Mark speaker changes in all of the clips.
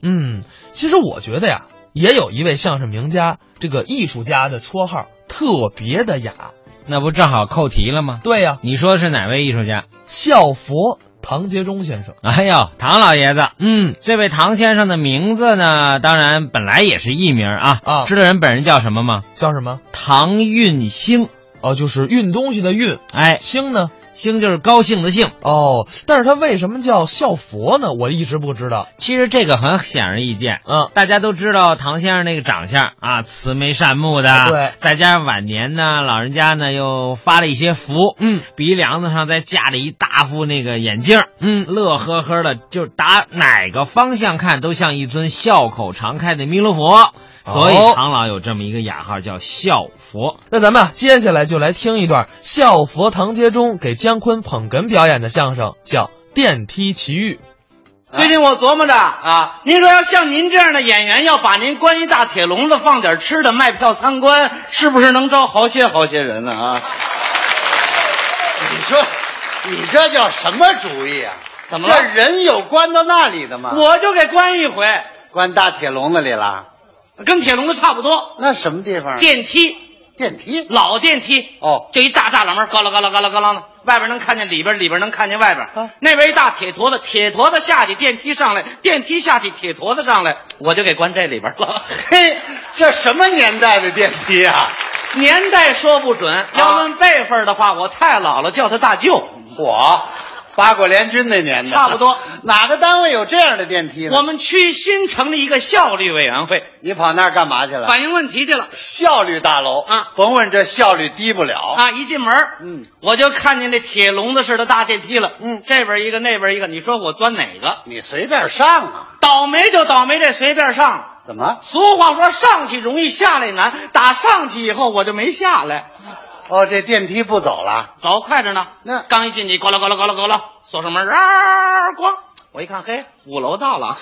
Speaker 1: 嗯其实我觉得呀，也有一位相声名家，这个艺术家的绰号特别的雅。
Speaker 2: 那不正好扣题了吗？
Speaker 1: 对呀，
Speaker 2: 你说的是哪位艺术家？
Speaker 1: 笑佛唐杰忠先生。
Speaker 2: 哎呦，唐老爷子，
Speaker 1: 嗯，
Speaker 2: 这位唐先生的名字呢，当然本来也是艺名啊。
Speaker 1: 啊
Speaker 2: 知道人本人叫什么吗？
Speaker 1: 叫什么？
Speaker 2: 唐运兴。
Speaker 1: 哦，就是运东西的运，
Speaker 2: 哎，
Speaker 1: 兴呢？
Speaker 2: 兴就是高兴的兴。
Speaker 1: 哦，但是他为什么叫笑佛呢？我一直不知道。
Speaker 2: 其实这个很显而易见，
Speaker 1: 嗯，
Speaker 2: 大家都知道唐先生那个长相啊，慈眉善目
Speaker 1: 啊
Speaker 2: 的，
Speaker 1: 对，
Speaker 2: 再加上晚年呢，老人家呢又发了一些福，
Speaker 1: 嗯
Speaker 2: 鼻梁子上再架着一大副那个眼镜儿，
Speaker 1: 嗯，
Speaker 2: 乐呵呵的，就是打哪个方向看都像一尊笑口常开的弥勒佛。所以
Speaker 1: 哦
Speaker 2: 唐老有这么一个雅号叫笑佛。
Speaker 1: 那咱们啊接下来就来听一段笑佛唐杰忠给姜昆、捧哏表演的相声，叫《电梯奇遇》。
Speaker 3: 最近我琢磨着啊，您说要像您这样的演员，要把您关一大铁笼子，放点吃的，卖票参观，是不是能招好些好些人呢？啊，
Speaker 4: 你说，你这叫什么主意啊？
Speaker 3: 怎么了
Speaker 4: 这人有关到那里的吗？
Speaker 3: 我就给关一回，
Speaker 4: 关大铁笼子里了。
Speaker 3: 跟铁笼子差不多。
Speaker 4: 那什么地方？啊
Speaker 3: 电梯，
Speaker 4: 电梯。
Speaker 3: 老电梯，
Speaker 4: 哦，
Speaker 3: 就一大栅栏门，咯啦咯啦咯啦咯啦的，外边能看见里边，里边能看见外边。
Speaker 4: 啊
Speaker 3: 那边一大铁坨子，铁坨子下去，电梯上来，电梯下去，铁坨子上来，我就给关这里边了。
Speaker 4: 嘿，这什么年代的电梯啊？
Speaker 3: 年代说不准，要论辈分的话，我太老了，叫他大舅。
Speaker 4: 我，八国联军那年的，
Speaker 3: 差不多。
Speaker 4: 哪个单位有这样的电梯呢？
Speaker 3: 我们区新成立一个效率委员会，
Speaker 4: 你跑那儿干嘛去了？
Speaker 3: 反映问题去了
Speaker 4: 效率大楼
Speaker 3: 啊
Speaker 4: 甭问这效率低不了。
Speaker 3: 啊！一进门，
Speaker 4: 嗯，
Speaker 3: 我就看见这铁笼子似的大电梯了，
Speaker 4: 嗯
Speaker 3: 这边一个，那边一个，你说我钻哪个？
Speaker 4: 你随便上啊？
Speaker 3: 倒霉就倒霉，这随便上。
Speaker 4: 怎么？
Speaker 3: 俗话说，上去容易下来难，打上去以后我就没下来，
Speaker 4: 哦，这电梯不走了？
Speaker 3: 走快着呢。
Speaker 4: 那
Speaker 3: 刚一进去，咣啦咣啦咣啦咣啦，锁上门，啊，咣！我一看，嘿，五楼到 了，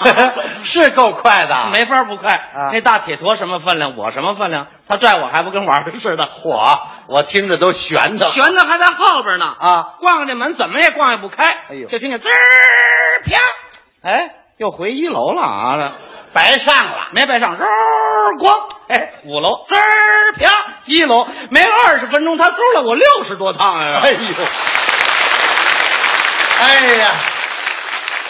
Speaker 4: 是够快的。
Speaker 3: 没法不快。
Speaker 4: 啊
Speaker 3: 那大铁坨什么分量，我什么分量？他拽我还不跟玩儿似的。
Speaker 4: 嚯，我听着都悬的。
Speaker 3: 悬的还在后边呢
Speaker 4: 啊！
Speaker 3: 逛逛这门怎么也逛也不开，
Speaker 4: 哎呦
Speaker 3: 就听见滋儿啪，哎，又回一楼了啊！白上了，没白上，肉儿咣，哎，五楼滋儿啪，一楼没二十分钟，他租了我六十多趟呀、
Speaker 4: 哎呦，哎呀，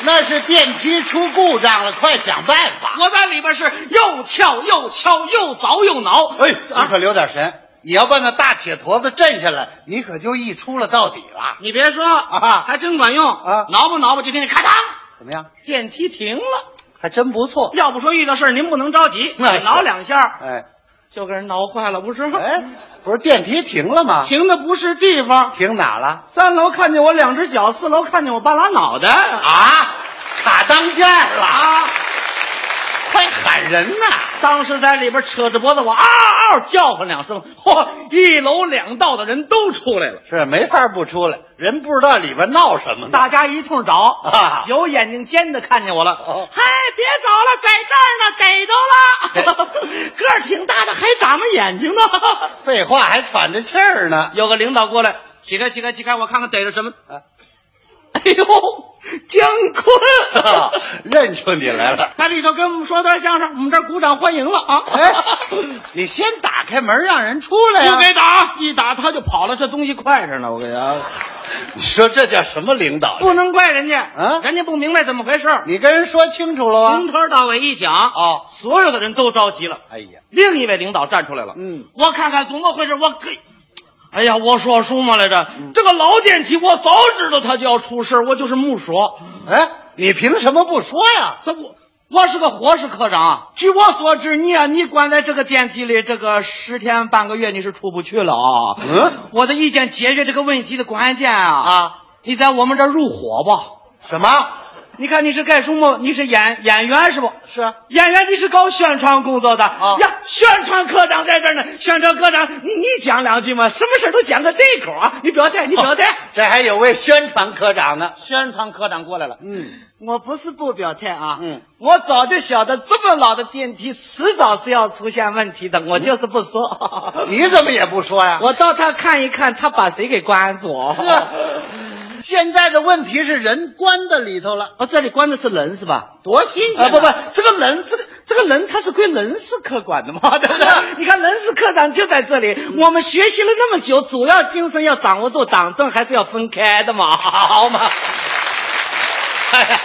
Speaker 4: 那是电梯出故障了，快想办法！
Speaker 3: 我在里边是又跳又敲又凿又挠，啊
Speaker 4: 哎，你可留点神，你要把那大铁坨子震下来，你可就一出了到底了。
Speaker 3: 你别说
Speaker 4: 啊
Speaker 3: 还真管用
Speaker 4: 啊
Speaker 3: 挠吧挠吧，就听见咔当，
Speaker 4: 怎么样？
Speaker 3: 电梯停了。
Speaker 4: 还真不错。
Speaker 3: 要不说遇到事儿您不能着急，
Speaker 4: 哎
Speaker 3: 挠两下
Speaker 4: 哎
Speaker 3: 就给人挠坏了，不是吗？
Speaker 4: 哎，不是电梯停了吗？
Speaker 3: 停的不是地方。
Speaker 4: 停哪了？
Speaker 3: 三楼看见我两只脚，四楼看见我半拉脑袋啊！
Speaker 4: 啊，卡裆站了！快喊人呐！
Speaker 3: 当时在里边扯着脖子，我嗷嗷叫唤两声，嚯，一楼两道的人都出来了，
Speaker 4: 是没法不出来，人不知道里边闹什么呢。
Speaker 3: 大家一通找
Speaker 4: 啊
Speaker 3: 有眼睛尖的看见我了，
Speaker 4: 哦
Speaker 3: 嗨，别找了，在这儿呢，逮着了，个儿挺大的，还长着眼睛呢。
Speaker 4: 废话，还喘着气儿呢。
Speaker 3: 有个领导过来，起开，起开，起开，我看看逮着什么。
Speaker 4: 啊
Speaker 3: 哎呦，姜
Speaker 4: 啊
Speaker 3: 昆。
Speaker 4: 认出你来了。
Speaker 3: 他里头跟我们说段相声，我们这儿鼓掌欢迎了啊！
Speaker 4: 哎，你先打开门让人出来呀、
Speaker 3: 不给打，哎一打他就跑了，这东西快着呢，我给他。
Speaker 4: 你说这叫什么领导？
Speaker 3: 不，能怪人家，
Speaker 4: 啊
Speaker 3: 人家不明白怎么回事儿。
Speaker 4: 你跟人说清楚了啊
Speaker 3: 从。头到尾一讲，
Speaker 4: 哦
Speaker 3: 所有的人都着急了。
Speaker 4: 哎呀，
Speaker 3: 另一位领导站出来了，
Speaker 4: 嗯，
Speaker 3: 我看看怎么回事，我给。哎呀，我说什么来着？
Speaker 4: 嗯
Speaker 3: 这个老电梯，我早知道它就要出事儿我就是没说。
Speaker 4: 哎，你凭什么不说呀？
Speaker 3: 这我我是个伙食科长啊，据我所知，你啊，你关在这个电梯里这个十天半个月，你是出不去了啊。
Speaker 4: 嗯，
Speaker 3: 我的意见解决这个问题的关键啊，
Speaker 4: 啊，
Speaker 3: 你在我们这儿入伙吧？
Speaker 4: 什么？
Speaker 3: 你看你是干什么？你是演演员是不？
Speaker 4: 是啊
Speaker 3: 演员，你是搞宣传工作的
Speaker 4: 啊
Speaker 3: 呀？宣传科长在这儿呢，宣传科长，你你讲两句嘛，什么事儿都讲个对口啊！你表态，你表态。
Speaker 4: 这还有位宣传科长呢。
Speaker 3: 宣传科长过来了，
Speaker 4: 嗯，
Speaker 3: 我不是不表态啊，
Speaker 4: 嗯，
Speaker 3: 我早就晓得这么老的电梯迟早是要出现问题的，我就是不说。
Speaker 4: 你怎么也不说呀？
Speaker 3: 我到他看一看，他把谁给关住？
Speaker 4: 呵现在的问题是人关到里头了，
Speaker 3: 哦，这里关的是人是吧？
Speaker 4: 多新 鲜、
Speaker 3: 啊，不不，，这个人，这个这个人他是归人事科管的嘛，对 不对？你看人事科长就在这里，我们学习了那么久，主要精神要掌握住，党政还是要分开的嘛。
Speaker 4: 好嘛！哎呀，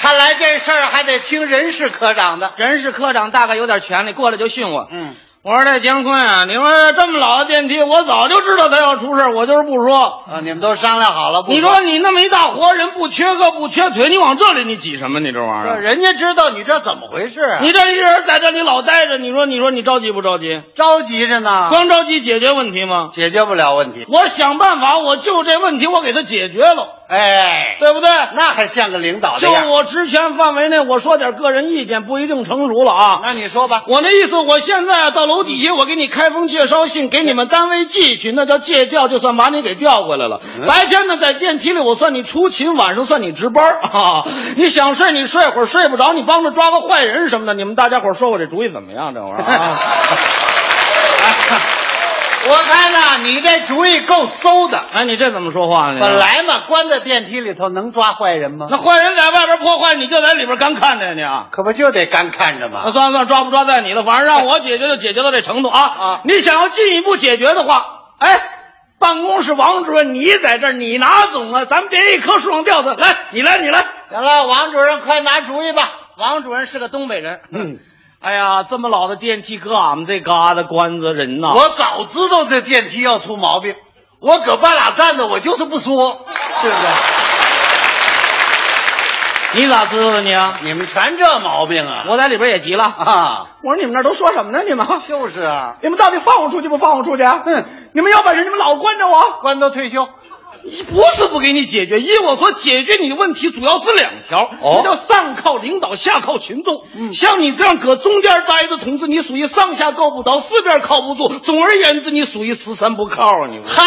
Speaker 4: 看来这事儿还得听人事科长的。
Speaker 3: 人事科长大概有点权利，过来就训我。
Speaker 4: 嗯，
Speaker 3: 我说这姜昆啊，你说这么老的电梯，我早就知道他要出事儿，我就是不说。
Speaker 4: 啊，你们都商量好了，不
Speaker 3: 你说你那么一大活人，不缺胳不缺腿，你往这里你挤什么？你这玩意
Speaker 4: 这
Speaker 3: 儿，
Speaker 4: 人家知道你这怎么回事啊？
Speaker 3: 你这一人在这里老待着，你说你说你着急不着急？
Speaker 4: 着急着呢，
Speaker 3: 光着急解决问题吗？
Speaker 4: 解决不了问题。
Speaker 3: 我想办法，我就这问题我给他解决了，
Speaker 4: 哎，
Speaker 3: 对不对？
Speaker 4: 那还像个领导的
Speaker 3: 就
Speaker 4: 样。
Speaker 3: 我职权范围内，我说点个人意见不一定成熟了啊。
Speaker 4: 那你说吧，
Speaker 3: 我那意思，我现在啊到楼底下，我给你开封介绍信，给你们单位寄去，那叫借调，就算把你给调回来了。
Speaker 4: 嗯
Speaker 3: 白天呢，在电梯里我算你出勤，晚上算你值班 啊。你想睡你睡会儿，睡不着你帮着抓个坏人什么的。你们大家伙儿说我这主意怎么样？这玩意儿啊，
Speaker 4: 我看呐、你这主意够馊的。
Speaker 3: 哎，你这怎么说话呢？
Speaker 4: 本来嘛，关在电梯里头能抓坏人吗？
Speaker 3: 那坏人在外边破坏，你就在里边干看着呀你啊。
Speaker 4: 可不就得干看着
Speaker 3: 那
Speaker 4: 吗？
Speaker 3: 算了算了，抓不抓在你了，反正让我解决就解决到这程度啊！
Speaker 4: 啊
Speaker 3: 你想要进一步解决的话，哎，办公室王主任你在这儿，你拿总啊，咱们别一棵树上吊死。来，你来，你来。
Speaker 4: 行了，王主任，快拿主意吧。
Speaker 3: 王主任是个东北人，
Speaker 4: 嗯，
Speaker 3: 哎呀，这么老的电梯哥，俺们这嘎达关子人呐
Speaker 4: 我早知道这电梯要出毛病，我搁半拉站着，我就是不说，对不对？
Speaker 3: 你咋知道的你啊？
Speaker 4: 你们全这毛病啊！
Speaker 3: 我在里边也急了，
Speaker 4: 啊，
Speaker 3: 我说你们那儿都说什么呢？你们，
Speaker 4: 就是啊，
Speaker 3: 你们到底放我出去不放我出去？啊哼，你们有本事你们老惯着我。啊
Speaker 4: 官都退休，
Speaker 3: 不是不给你解决，依我所解决你的问题主要是两条，
Speaker 4: 哦嗯
Speaker 3: 一叫上靠领导，下靠群众。像你这样搁中间待着同志，你属于上下够不着，四边靠不住。总而言之，你属于十三不靠啊！你
Speaker 4: 嗨，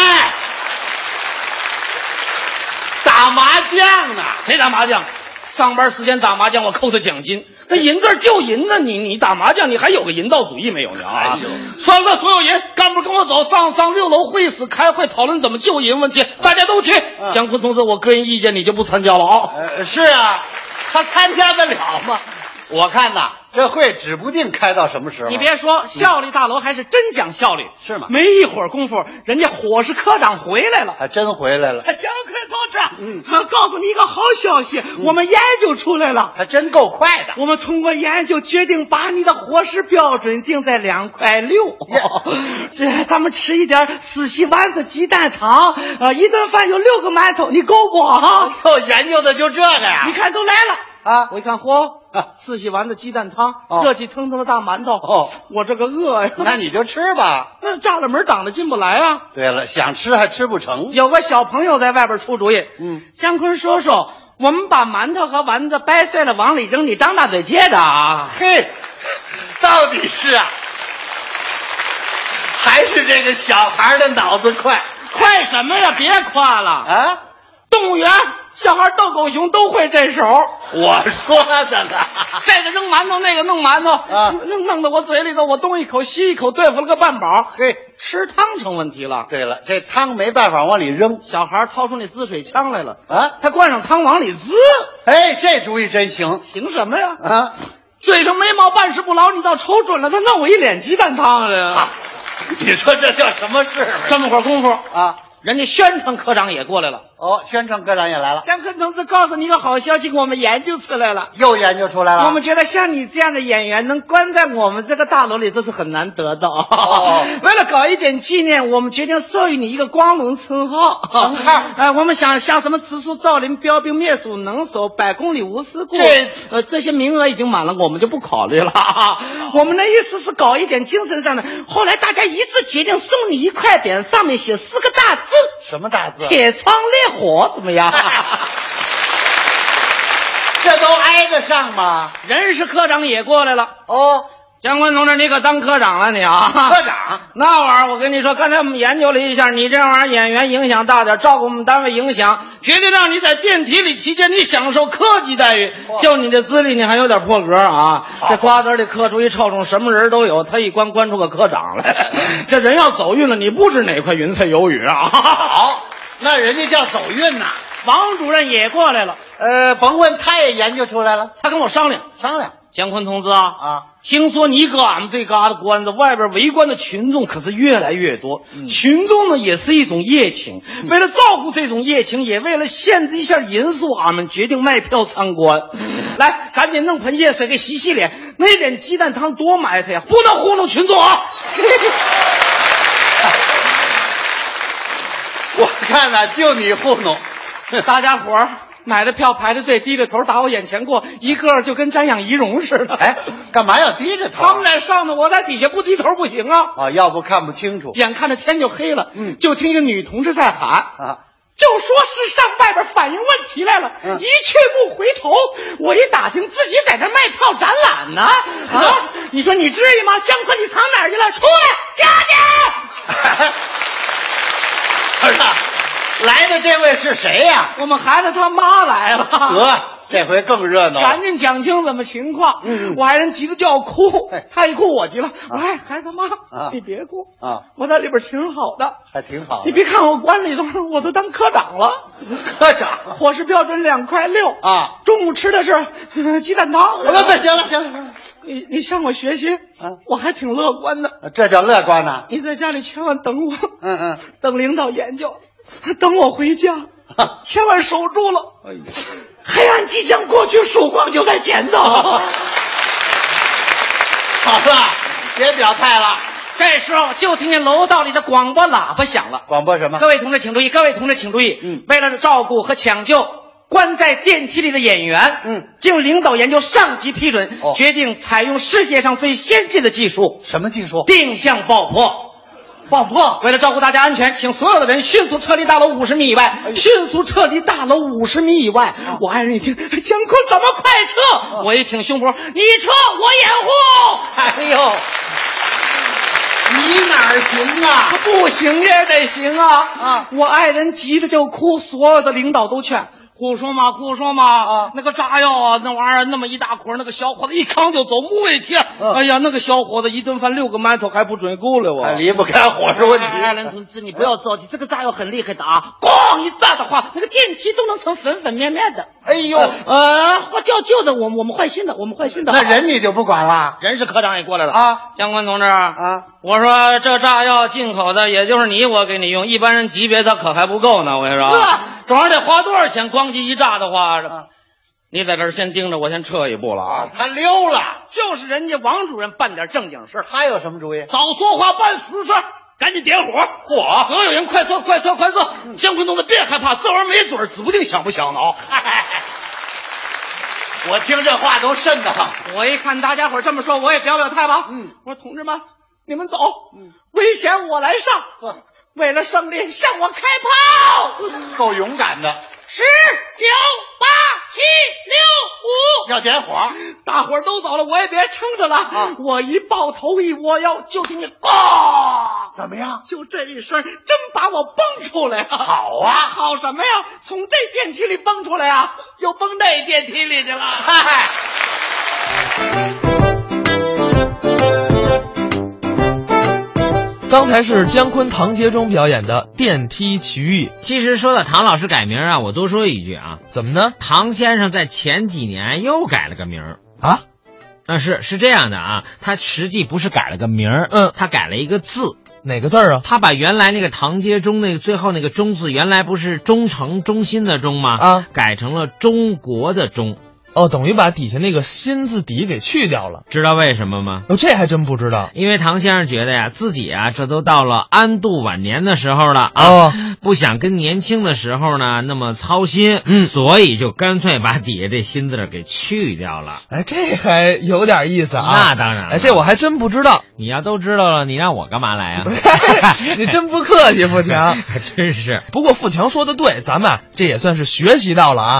Speaker 4: 打麻将呢，
Speaker 3: 谁打麻将？上班时间打麻将，我扣他奖金。那银字儿就银呢，你你打麻将，你还有个人道主义没有呢啊
Speaker 4: 哎呦？
Speaker 3: 算了，所有人干部跟我走，上上六楼会议室开会讨论怎么救银问题，大家都去。
Speaker 4: 嗯
Speaker 3: 姜昆同志，我个人意见你就不参加了啊。
Speaker 4: 呃，是啊，他参加得了吗？我看呐，这会指不定开到什么时候。
Speaker 3: 你别说，效率大楼还是真讲效率，
Speaker 4: 嗯是吗
Speaker 3: 没一会儿功夫，人家伙食科长回来了。
Speaker 4: 还真回来了，
Speaker 3: 姜昆同志，嗯，告诉你一个好消息，
Speaker 4: 嗯
Speaker 3: 我们研究出来了。
Speaker 4: 还真够快的。
Speaker 3: 我们通过研究决定，把你的伙食标准定在两块六。 这咱们吃一点死西丸子鸡蛋汤，呃，一顿饭有六个馒头，你够不？啊？
Speaker 4: 哟，研究的就这个呀
Speaker 3: 你？看都来了。
Speaker 4: 啊，
Speaker 3: 我一看，嚯，四喜丸子鸡蛋汤，
Speaker 4: 哦
Speaker 3: 热气腾腾的大馒头，
Speaker 4: 哦，
Speaker 3: 我这个饿呀！
Speaker 4: 那你就吃吧。
Speaker 3: 那栅栏门挡着进不来啊。
Speaker 4: 对了，想吃还吃不成。
Speaker 3: 有个小朋友在外边出主意，
Speaker 4: 嗯，
Speaker 3: 姜昆叔叔，我们把馒头和丸子掰碎了往里扔，你张大嘴接着啊。
Speaker 4: 嘿，到底是啊，还是这个小孩的脑子快
Speaker 3: 快什么呀？别夸了，
Speaker 4: 啊？
Speaker 3: 动物园小孩逗狗熊都会这手。
Speaker 4: 我说的 呢。
Speaker 3: 这个扔馒头，那个弄馒头，
Speaker 4: 啊
Speaker 3: 弄弄到我嘴里头，我东一口西一口，对付了个半饱。
Speaker 4: 嘿，
Speaker 3: 吃汤成问题了，
Speaker 4: 对了，这汤没办法往里扔
Speaker 3: 小孩掏出那滋水枪来了，
Speaker 4: 啊。
Speaker 3: 他灌上汤往里滋，
Speaker 4: 哎，这主意真行
Speaker 3: 凭什么呀？
Speaker 4: 啊！
Speaker 3: 嘴上没毛，办事不牢，你倒瞅准了，他弄我一脸鸡蛋汤了。
Speaker 4: 啊你说这叫什么事儿
Speaker 3: 这么会儿功夫，
Speaker 4: 啊？
Speaker 3: 人家宣传科长也过来了。
Speaker 4: 哦，宣传科长也来了，
Speaker 3: 姜昆同志告诉你个好消息，我们研究出来了。
Speaker 4: 又研究出来了。
Speaker 3: 我们觉得像你这样的演员能关在我们这个大楼里，这是很难得的。
Speaker 4: 哦
Speaker 3: 为了搞一点纪念，我们决定授予你一个光荣称号。
Speaker 4: 称 号
Speaker 3: 哎，我们想像什么慈树、造林、标兵、灭鼠、能手、百公里无私故，
Speaker 4: 这
Speaker 3: 呃这些名额已经满了，我们就不考虑 了。我们的意思是搞一点精神上的。后来大家一致决定送你一块匾，上面写四个大 字
Speaker 4: 什么大字
Speaker 3: “
Speaker 4: 啊
Speaker 3: 铁窗烈火”，怎么样？
Speaker 4: 这都挨得上吗？
Speaker 3: 人事科长也过来了。
Speaker 4: 哦，
Speaker 3: 姜昆同志，你可当科长了你 啊！
Speaker 4: 科长，
Speaker 3: 那玩意儿，我跟你说，刚才我们研究了一下，你这玩意儿演员影响大点，照顾我们单位影响，决定让你在电梯里期间你享受科级待遇。就你这资历，你还有点破格啊！这瓜子里磕出一臭虫，什么人都有，他一关关出个科长 来，这人要走运了，你不知哪块云彩有雨啊！
Speaker 4: 好，那人家叫走运呐。
Speaker 3: 王主任也过来了，
Speaker 4: 呃，甭问，他也研究出来了。
Speaker 3: 他跟我商量，
Speaker 4: 商量，
Speaker 3: 姜昆同志啊，
Speaker 4: 啊，
Speaker 3: 听说你给俺们这旮瘩关着，外边围观的群众可是越来越多。
Speaker 4: 嗯
Speaker 3: 群众呢也是一种业情，为了照顾这种业情，也为了限制一下人数，俺们决定卖票参观。
Speaker 4: 嗯
Speaker 3: 来，赶紧弄盆热水给洗洗脸，那点鸡蛋汤多埋汰呀！不能糊弄群众 啊！
Speaker 4: 我看呐、就你糊 弄。
Speaker 3: 大家伙儿买的票排着队，低着头打我眼前过，一个个就跟瞻仰仪容似的。
Speaker 4: 哎，干嘛要低着头？
Speaker 3: 他们在上呢，我在底下，不低头不行啊！
Speaker 4: 啊，要不看不清楚
Speaker 3: 眼看着天就黑了，
Speaker 4: 嗯
Speaker 3: 就听见女同志在喊。
Speaker 4: 啊。
Speaker 3: 就说是上外边反映问题来了，
Speaker 4: 嗯
Speaker 3: 一去不回头。我一打听，自己在这卖票展览呢。啊，你说你至于吗？姜昆，你藏哪儿去了？出来，家去！
Speaker 4: 儿子，来的这位是谁呀、
Speaker 3: 我们孩子他妈来了。
Speaker 4: 得，这回更热闹
Speaker 3: 赶
Speaker 4: 了。
Speaker 3: 紧讲清怎么情况，
Speaker 4: 嗯
Speaker 3: 我爱人急得就要哭
Speaker 4: 哎，
Speaker 3: 他一哭我急了，我说哎孩子妈，你别哭
Speaker 4: 啊，
Speaker 3: 我在里边挺好的，
Speaker 4: 还挺好
Speaker 3: 你
Speaker 4: 的。
Speaker 3: 别看我管理头，我都当科长 了，
Speaker 4: 科长
Speaker 3: 伙食标准两块六，
Speaker 4: 啊，
Speaker 3: 中午吃的是呃鸡蛋汤。
Speaker 4: 不不，行了行了行
Speaker 3: 你你向我学习，我还挺乐观的。
Speaker 4: 了，呃这叫乐观呐、
Speaker 3: 你在家里千万等我，
Speaker 4: 嗯嗯，
Speaker 3: 等领导研究，等我回家，千万守住了。
Speaker 4: 哎呦，
Speaker 3: 黑暗即将过去，曙光就在前头。
Speaker 4: 好了，别表态了。
Speaker 3: 这时候就听见楼道里的广播喇叭响了。
Speaker 4: 广播什么
Speaker 3: 各？位同志请注意，各位同志请注意，
Speaker 4: 嗯
Speaker 3: 为了照顾和抢救关在电梯里的演员，
Speaker 4: 嗯，
Speaker 3: 经领导研究上级批准，
Speaker 4: 哦
Speaker 3: 决定采用世界上最先进的技术
Speaker 4: 什么技术
Speaker 3: ——定向爆破。
Speaker 4: 爆破。
Speaker 3: 为了照顾大家安全，请所有的人迅速撤离大楼五十米以外，
Speaker 4: 哎
Speaker 3: 迅速撤离大楼五十米以外。
Speaker 4: 啊
Speaker 3: 我爱人一听， 姜昆怎么快撤？我一挺胸脯，你撤，我掩护。
Speaker 4: 哎呦，你哪儿行啊？
Speaker 3: 不行也得行啊！
Speaker 4: 啊
Speaker 3: 我爱人急得就哭，所有的领导都劝。胡说嘛，胡说嘛！
Speaker 4: 啊
Speaker 3: 那个炸药啊，那玩意儿那么一大捆儿，那个小伙子一扛就走，木一天，
Speaker 4: 嗯
Speaker 3: 哎呀，那个小伙子一顿饭六个馒头还不准够了我。
Speaker 4: 还啊离不开伙食问题。
Speaker 3: 哎，艾伦同志，你不要着急，这个炸药很厉害的啊！咣一炸的话，那个电梯都能成粉粉面面的。
Speaker 4: 哎呦，
Speaker 3: 呃，换掉旧的，我们我们换新的，我们换新的。
Speaker 4: 那人你就不管了
Speaker 3: 人是科长也过来了
Speaker 4: 啊？
Speaker 3: 江官同志啊，
Speaker 4: 啊？
Speaker 3: 我说这炸药进口的，也就是你我给你用，一般人级别他可还不够呢。我跟你说
Speaker 4: 呵，
Speaker 3: 主要得花多少钱？咣叽一炸的话，你在这儿先盯着，我先撤一步了
Speaker 4: 啊，。他溜了，
Speaker 3: 就是人家王主任办点正经事儿，
Speaker 4: 他有什么主意？
Speaker 3: 少说话办实事儿，赶紧点火。嗯
Speaker 4: 嚯，
Speaker 3: 所有人快撤，快撤，快撤！姜昆同志别害怕，这玩意儿没准儿，指不定想不想呢啊！
Speaker 4: 我听这话都瘆得慌。
Speaker 3: 我一看大家伙这么说，我也表表态吧。
Speaker 4: 嗯，
Speaker 3: 我说同志们，你们走，危险我来上，
Speaker 4: 呵
Speaker 3: 为了胜利向我开炮！
Speaker 4: 够勇敢的，
Speaker 3: 十九八七六
Speaker 4: 要点火。
Speaker 3: 五，大伙儿都走了，我也别撑着了。
Speaker 4: 啊
Speaker 3: 我一抱头一窝腰，就听见咣。
Speaker 4: 怎么样？
Speaker 3: 就这一声，真把我蹦出来了。
Speaker 4: 好啊
Speaker 3: 好什么呀？从这电梯里蹦出来啊，又蹦那电梯里去了。
Speaker 4: 嗨，
Speaker 1: 刚才是姜昆、唐杰忠表演的《电梯奇遇记》，
Speaker 2: 其实说到唐老师改名啊，我多说一句啊，
Speaker 1: 怎么呢？
Speaker 2: 唐先生在前几年又改了个名儿。
Speaker 1: 啊，
Speaker 2: 啊，是是这样的啊，他实际不是改了个名儿，
Speaker 1: 嗯
Speaker 2: 他改了一个字，
Speaker 1: 哪个字儿啊？
Speaker 2: 他把原来那个唐杰忠那个最后那个忠字，原来不是忠诚忠心的忠吗？
Speaker 1: 啊，
Speaker 2: 改成了中国的中，
Speaker 1: 哦，等于把底下那个“心”字底给去掉了。
Speaker 2: 知道为什么吗？
Speaker 1: 哦，这还真不知道。
Speaker 2: 因为唐先生觉得呀，自己啊，这都到了安度晚年的时候了啊，
Speaker 1: 哦，
Speaker 2: 不想跟年轻的时候呢那么操心，
Speaker 1: 嗯
Speaker 2: 所以就干脆把底下这心字儿给去掉了。
Speaker 1: 哎，这还有点意思啊。
Speaker 2: 那当然了
Speaker 1: 哎，这我还真不知 道。
Speaker 2: 你要都知道了，你让我干嘛来啊？
Speaker 1: 你真不客气，富强。
Speaker 2: 还真是。
Speaker 1: 不过富强说的对，咱们啊这也算是学习到了啊。